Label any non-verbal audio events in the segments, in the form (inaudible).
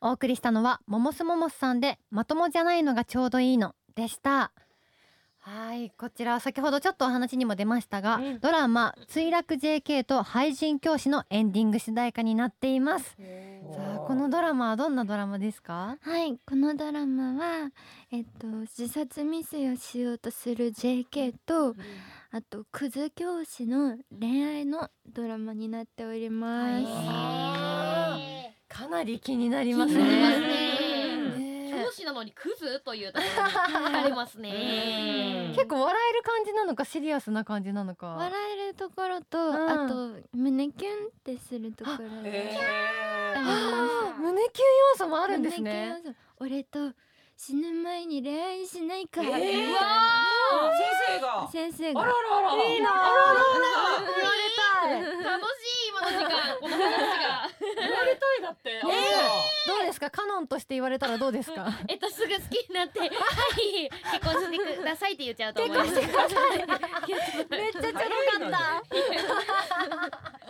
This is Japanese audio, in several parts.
お送りしたのは、ももすももすさんで、まともじゃないのがちょうどいいのでした。はい、こちらは先ほどちょっとお話にも出ましたが、うんドラマ、墜落 JK と廃人教師のエンディング主題歌になっています。さあ、このドラマはどんなドラマですかはいこのドラマは、えっと、自殺未遂をしようとする JK とあとクズ教師の恋愛のドラマになっております。あかなり気になりまますすねね。教師なのにクズというところがありますね。結構笑える感じなのかシリアスな感じなのか。笑えるところと、んあと胸キュンってするところがあります。あー胸キュン要素もあるんですね。胸キュン要素。俺と死ぬ前に恋愛しないか。えーみたいあ先生がな先生あらがらららいいなーあらららら言われたい。楽しい今の時間この話が言われたいだってあららどうですかカノンとして言われたらどうですか。えっとすぐ好きになってはい結婚してくださいって言っちゃうと思います。結婚してめっちゃちょろかった。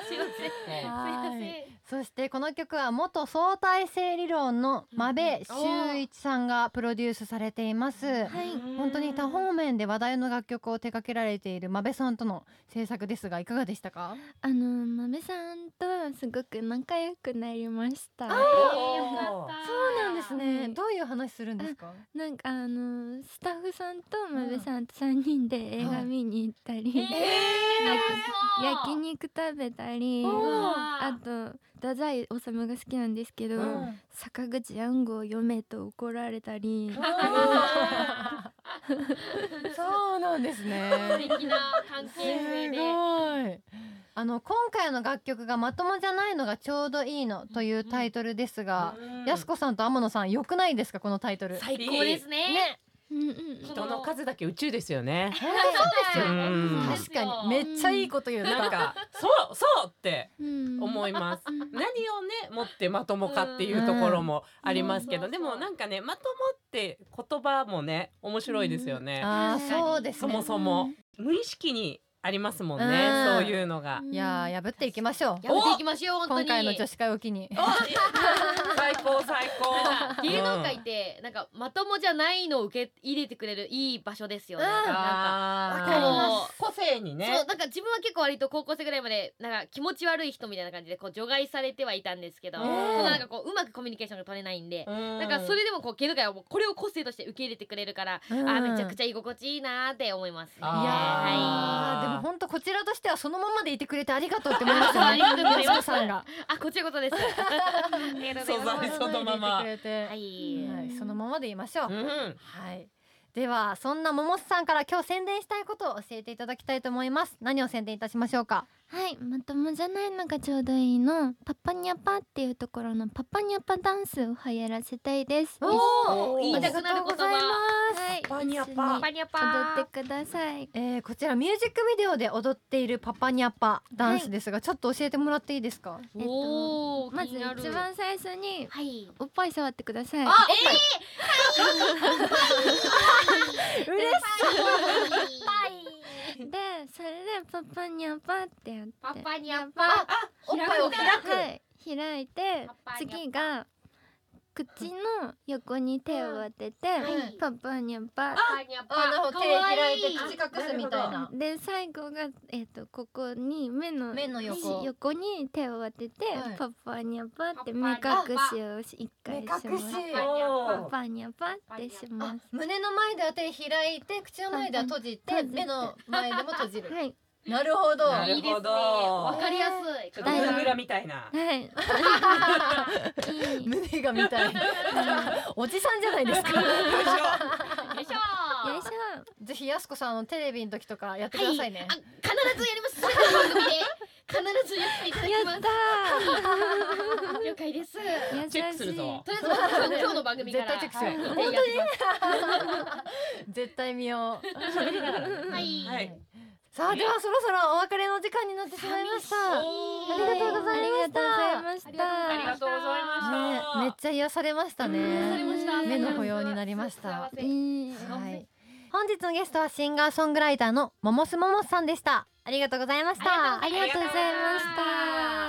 すいません。すいまはいせん。そしてこの曲は元相対性理論の真部周一さんがプロデュースされています。はい。本当に多方面で話題の楽曲を手掛けられている真部さんとの制作ですがいかがでしたかあのまめさんとはすごく仲良くなりました。そうなんですね、はいどういう話するんですかなんかあのスタッフさんとまべさんと三人で映画見に行ったり、えーなんそう焼き肉食べたり、おあと太宰治が好きなんですけど、うん坂口安吾を読めと怒られたり、そうなんです素ね敵な関す係性ごで。いあの今回の楽曲がまともじゃないのがちょうどいいのというタイトルですが、やすこさんと天野さん良くないですかこのタイトル最高ですね。うんうん人の数だけ宇宙ですよね本当そうですようん確かにめっちゃいいこと言うなんかそうそうってうんうん、思いますうん何をね持ってまともかっていうところもありますけど、うんでもなんかねまともって言葉もね面白いですよね、ああーそうですそねもそも無意識にありますもんね、うんそういうのがうんいやー破っていきましょうやっていきましょう本当今に。回の女子会を機に最高最高 (laughs) 芸能界ってなんかまともじゃないのを受け入れてくれるいい場所ですよね。うんなんかあわかーります個性にねそうなんか自分は結構割と高校生ぐらいまでなんか気持ち悪い人みたいな感じでこう除外されてはいたんですけど、うんそのなんかこううまくコミュニケーションが取れないんで、ななんかそれでもこう芸能界はもうこれを個性として受け入れてくれるから、うんあーめちゃくちゃ居心地いいなーって思います。あいやー、はいでも本当こちらとしてはそのままでいてくれてありがとうって思いますよあね。りがとうございますよしこさんがあこっちらこそです。ありがとうございます素材そのままでいてくれてははいい。はいそのままでいましょう。うんはい。ではそんなももすさんから今日宣伝したいことを教えていただきたいと思います。何を宣伝いたしましょうか。はいまともじゃないのがちょうどいいのパパニャパっていうところのパパニャパダンスを流行らせたいですおー言いたくありなる言がとうござい葉。ます。はいパニャパパニャパ一緒ーに踊ってくださいえーこちらミュージックビデオで踊っているパパニャパダンスですが、ちょっと教えてもらっていいですか。えっとおお、まず気になる一番最初にはい。おっぱい触ってくださいあ、え嬉しい。ー、でそれでパパニャパってやってパパにゃパ。おっぱいを開く。はい開いてパパニャパ次が口の横に手を当てて、はいパパニャパパパにゃパ。あなるほどかわい手開いて口隠すみたいなで最後が、えっとここに目の目の横横に手を当てて、はいパパニャパってパパニ目ャ隠パしをし一回しますパパニャパってしまあす胸の前では手開いて口の前では閉じはてい目の前でも閉じるはいなるほどなるいいでなるほすね。どわかりやすちい。ょっとグ大ラ丈グラみたいなはいいい胸が見たいおじさんじゃないですかよいしよいょしょぜひやすこさんあのテレビの時とかやってくだはい。さあいね、必ずやります。全番組で必ずやっていただきやまっす。了解です。とたー優しい (laughs) チェックするぞりあえずまず今日今日の番組か絶ら対チェックする、はいやって絶対見よう喋りながらねはいはいさあではそろそろお別れの時間になってしまいましたねみありがとうございましたありがとうございましたあありがとうございましためっちゃ癒されましたね癒されました目の保養になりました幸せいいはい。本日のゲストはシンガーソングライターのももすももすさんでした。ありがとうございました。ありがとうございました